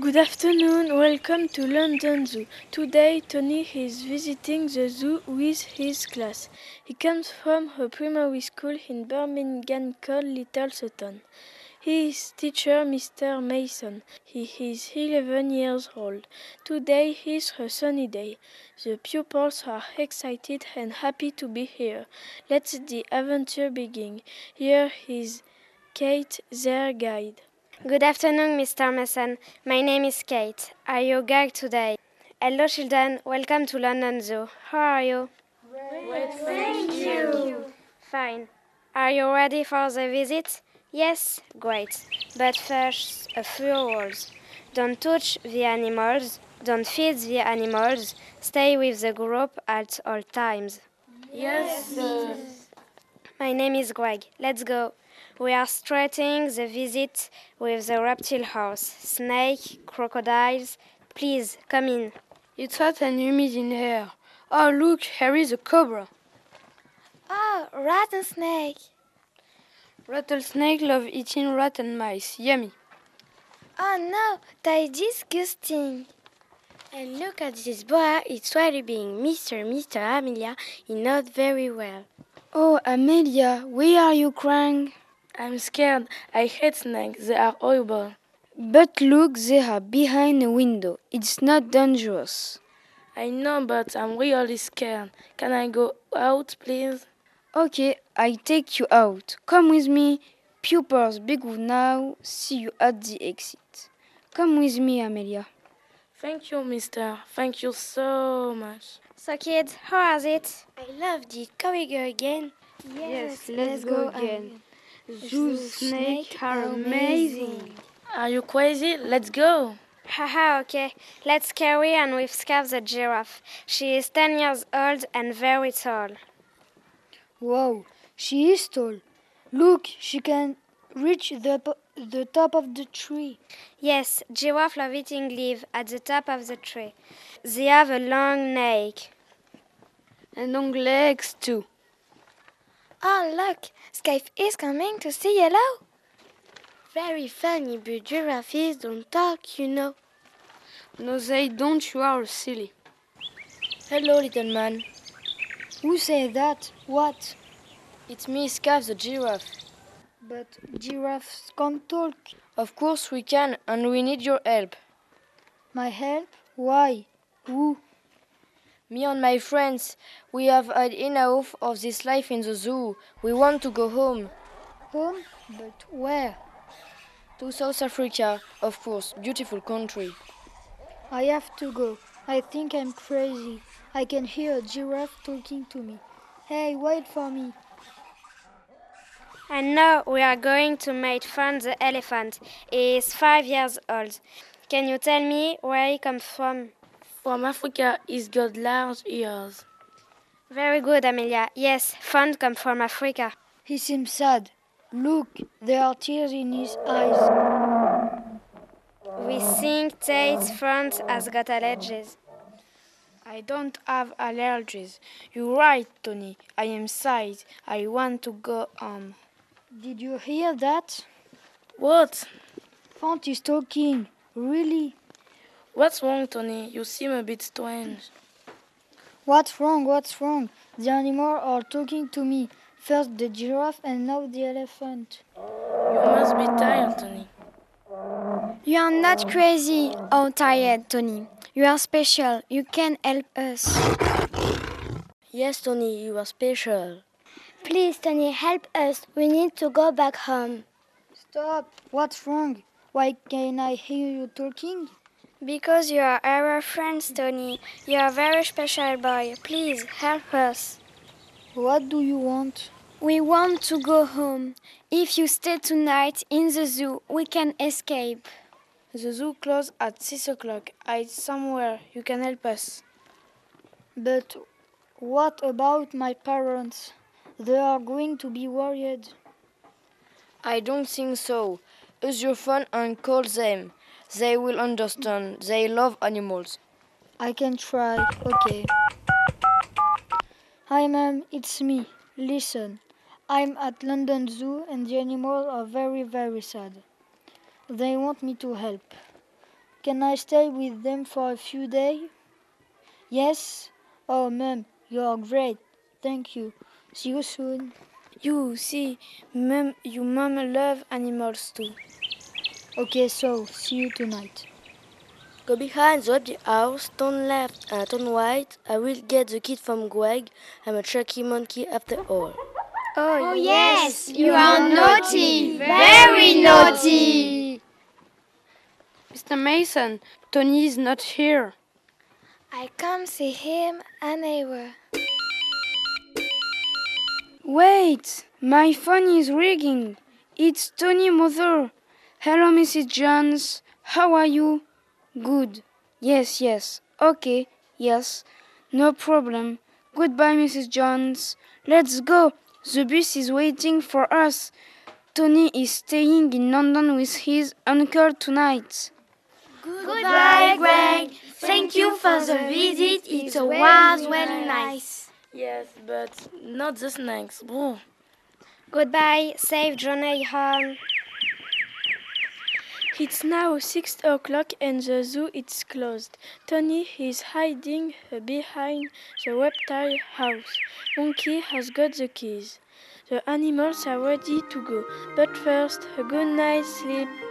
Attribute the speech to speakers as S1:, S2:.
S1: Good afternoon, welcome to London Zoo. Today Tony is visiting the zoo with his class. He comes from a primary school in Birmingham called Little Sutton. He is teacher Mr. Mason. He is 11 years old. Today is a sunny day. The pupils are excited and happy to be here. Let the adventure begin. Here is Kate, their guide.
S2: Good afternoon, Mr. Mason. My name is Kate. Are you guide today? Hello, children. Welcome to London Zoo. How are you?
S3: Well, thank you.
S2: Fine. Are you ready for the visit? Yes, great. But first, a few rules. Don't touch the animals. Don't feed the animals. Stay with the group at all times.
S3: Yes, sir.
S2: My name is Greg. Let's go. We are starting the visit with the reptile house. Snake, crocodiles. Please come in.
S4: It's hot and humid in here. Oh, look, here is a cobra.
S5: Oh, rattlesnake.
S4: Rattlesnake love eating rat and mice. Yummy.
S5: Oh no, that is disgusting.
S6: And look at this boa. It's really being Mr. Mr. Amelia is not very well.
S7: Oh, Amelia, why are you crying?
S8: I'm scared. I hate snakes. They are horrible.
S7: But look, they are behind a window. It's not dangerous.
S8: I know, but I'm really scared. Can I go out, please?
S7: Okay, I take you out. Come with me. Pupils, big now. See you at the exit. Come with me, Amelia.
S8: Thank you, mister. Thank you so much.
S2: So, kids, how is it?
S6: I loved it. Can we go again?
S4: Yes, yes let's, let's, go, go again. again. Zoo snakes are amazing.
S8: Are you crazy? Let's go.
S2: Haha, okay. Let's carry on with Scarf the giraffe. She is 10 years old and very tall.
S4: Wow, she is tall. Look, she can reach the, the top of the tree.
S2: Yes, giraffe love eating leaves at the top of the tree. They have a long neck.
S4: And long legs too.
S5: Oh, look, Skype is coming to see yellow.
S6: Very funny, but giraffes don't talk, you know.
S4: No, they don't, you are silly.
S9: Hello, little man.
S4: Who said that? What?
S9: It's me, Scarf the giraffe.
S4: But giraffes can't talk.
S9: Of course we can, and we need your help.
S4: My help? Why? Who?
S9: Me and my friends, we have had enough of this life in the zoo. We want to go home.
S4: Home? But where?
S9: To South Africa, of course, beautiful country.
S4: I have to go. I think I'm crazy. I can hear a giraffe talking to me. Hey, wait for me.
S2: And now we are going to meet Fran the elephant. He is five years old. Can you tell me where he comes from?
S8: From Africa, he's got large ears.
S2: Very good, Amelia. Yes, Fran comes from Africa.
S4: He seems sad. Look, there are tears in his eyes.
S2: We think Tate's front has got allergies.
S10: I don't have allergies. You're right, Tony. I am sad. I want to go home.
S1: um,
S4: Did you hear that?
S8: What?
S4: Font is talking. Really?
S8: What's wrong, Tony? You seem a bit strange.
S4: What's wrong? What's wrong? The animals are talking to me. First the giraffe and now the elephant.
S8: You must be tired, Tony.
S5: You are not crazy or tired, Tony. You are special. You can help us.
S9: Yes, Tony, you are special.
S5: Please, Tony, help us. We need to go back home.
S4: Stop. What's wrong? Why can I hear you talking?
S5: Because you are our friends, Tony. You are a very special boy. Please help us.
S4: What do you want?
S5: We want to go home. If you stay tonight in the zoo, we can escape.
S10: The zoo closes at 6 o'clock. Hide somewhere. You can help us.
S4: But what about my parents? They are going to be worried.
S9: I don't think so. Use your phone and call them. They will understand. They love animals.
S4: I can try. Okay. Hi, ma'am. It's me. Listen. I'm at London Zoo and the animals are very, very sad. They want me to help. Can I stay with them for a few days? Yes? Oh, Mum, you're great. Thank you. See you soon.
S11: You see, Mum, you Mum love animals too.
S4: Okay, so see you tonight.
S12: Go behind the empty house, turn left
S1: uh,
S12: and turn right. I will get the kid from Greg. I'm a tricky monkey after all.
S2: Oh, yes,
S13: you are naughty, very naughty.
S14: Mr. Mason, Tony is not here.
S2: I can't see him anywhere.
S14: Wait, my phone is ringing. It's Tony mother. Hello, Mrs. Jones. How are you? Good. Yes, yes. Okay. Yes. No problem. Goodbye, Mrs. Jones. Let's go. The bus is waiting for us. Tony is staying in London with his uncle tonight.
S2: Goodbye, Greg. Thank you for the visit. It was very nice.
S15: Yes, but not the snakes. Boo.
S16: Goodbye. Safe journey home.
S1: It's now six o'clock and the zoo is closed. Tony is hiding behind the reptile house. Monkey has got the keys. The animals are ready to go, but first, a good night's sleep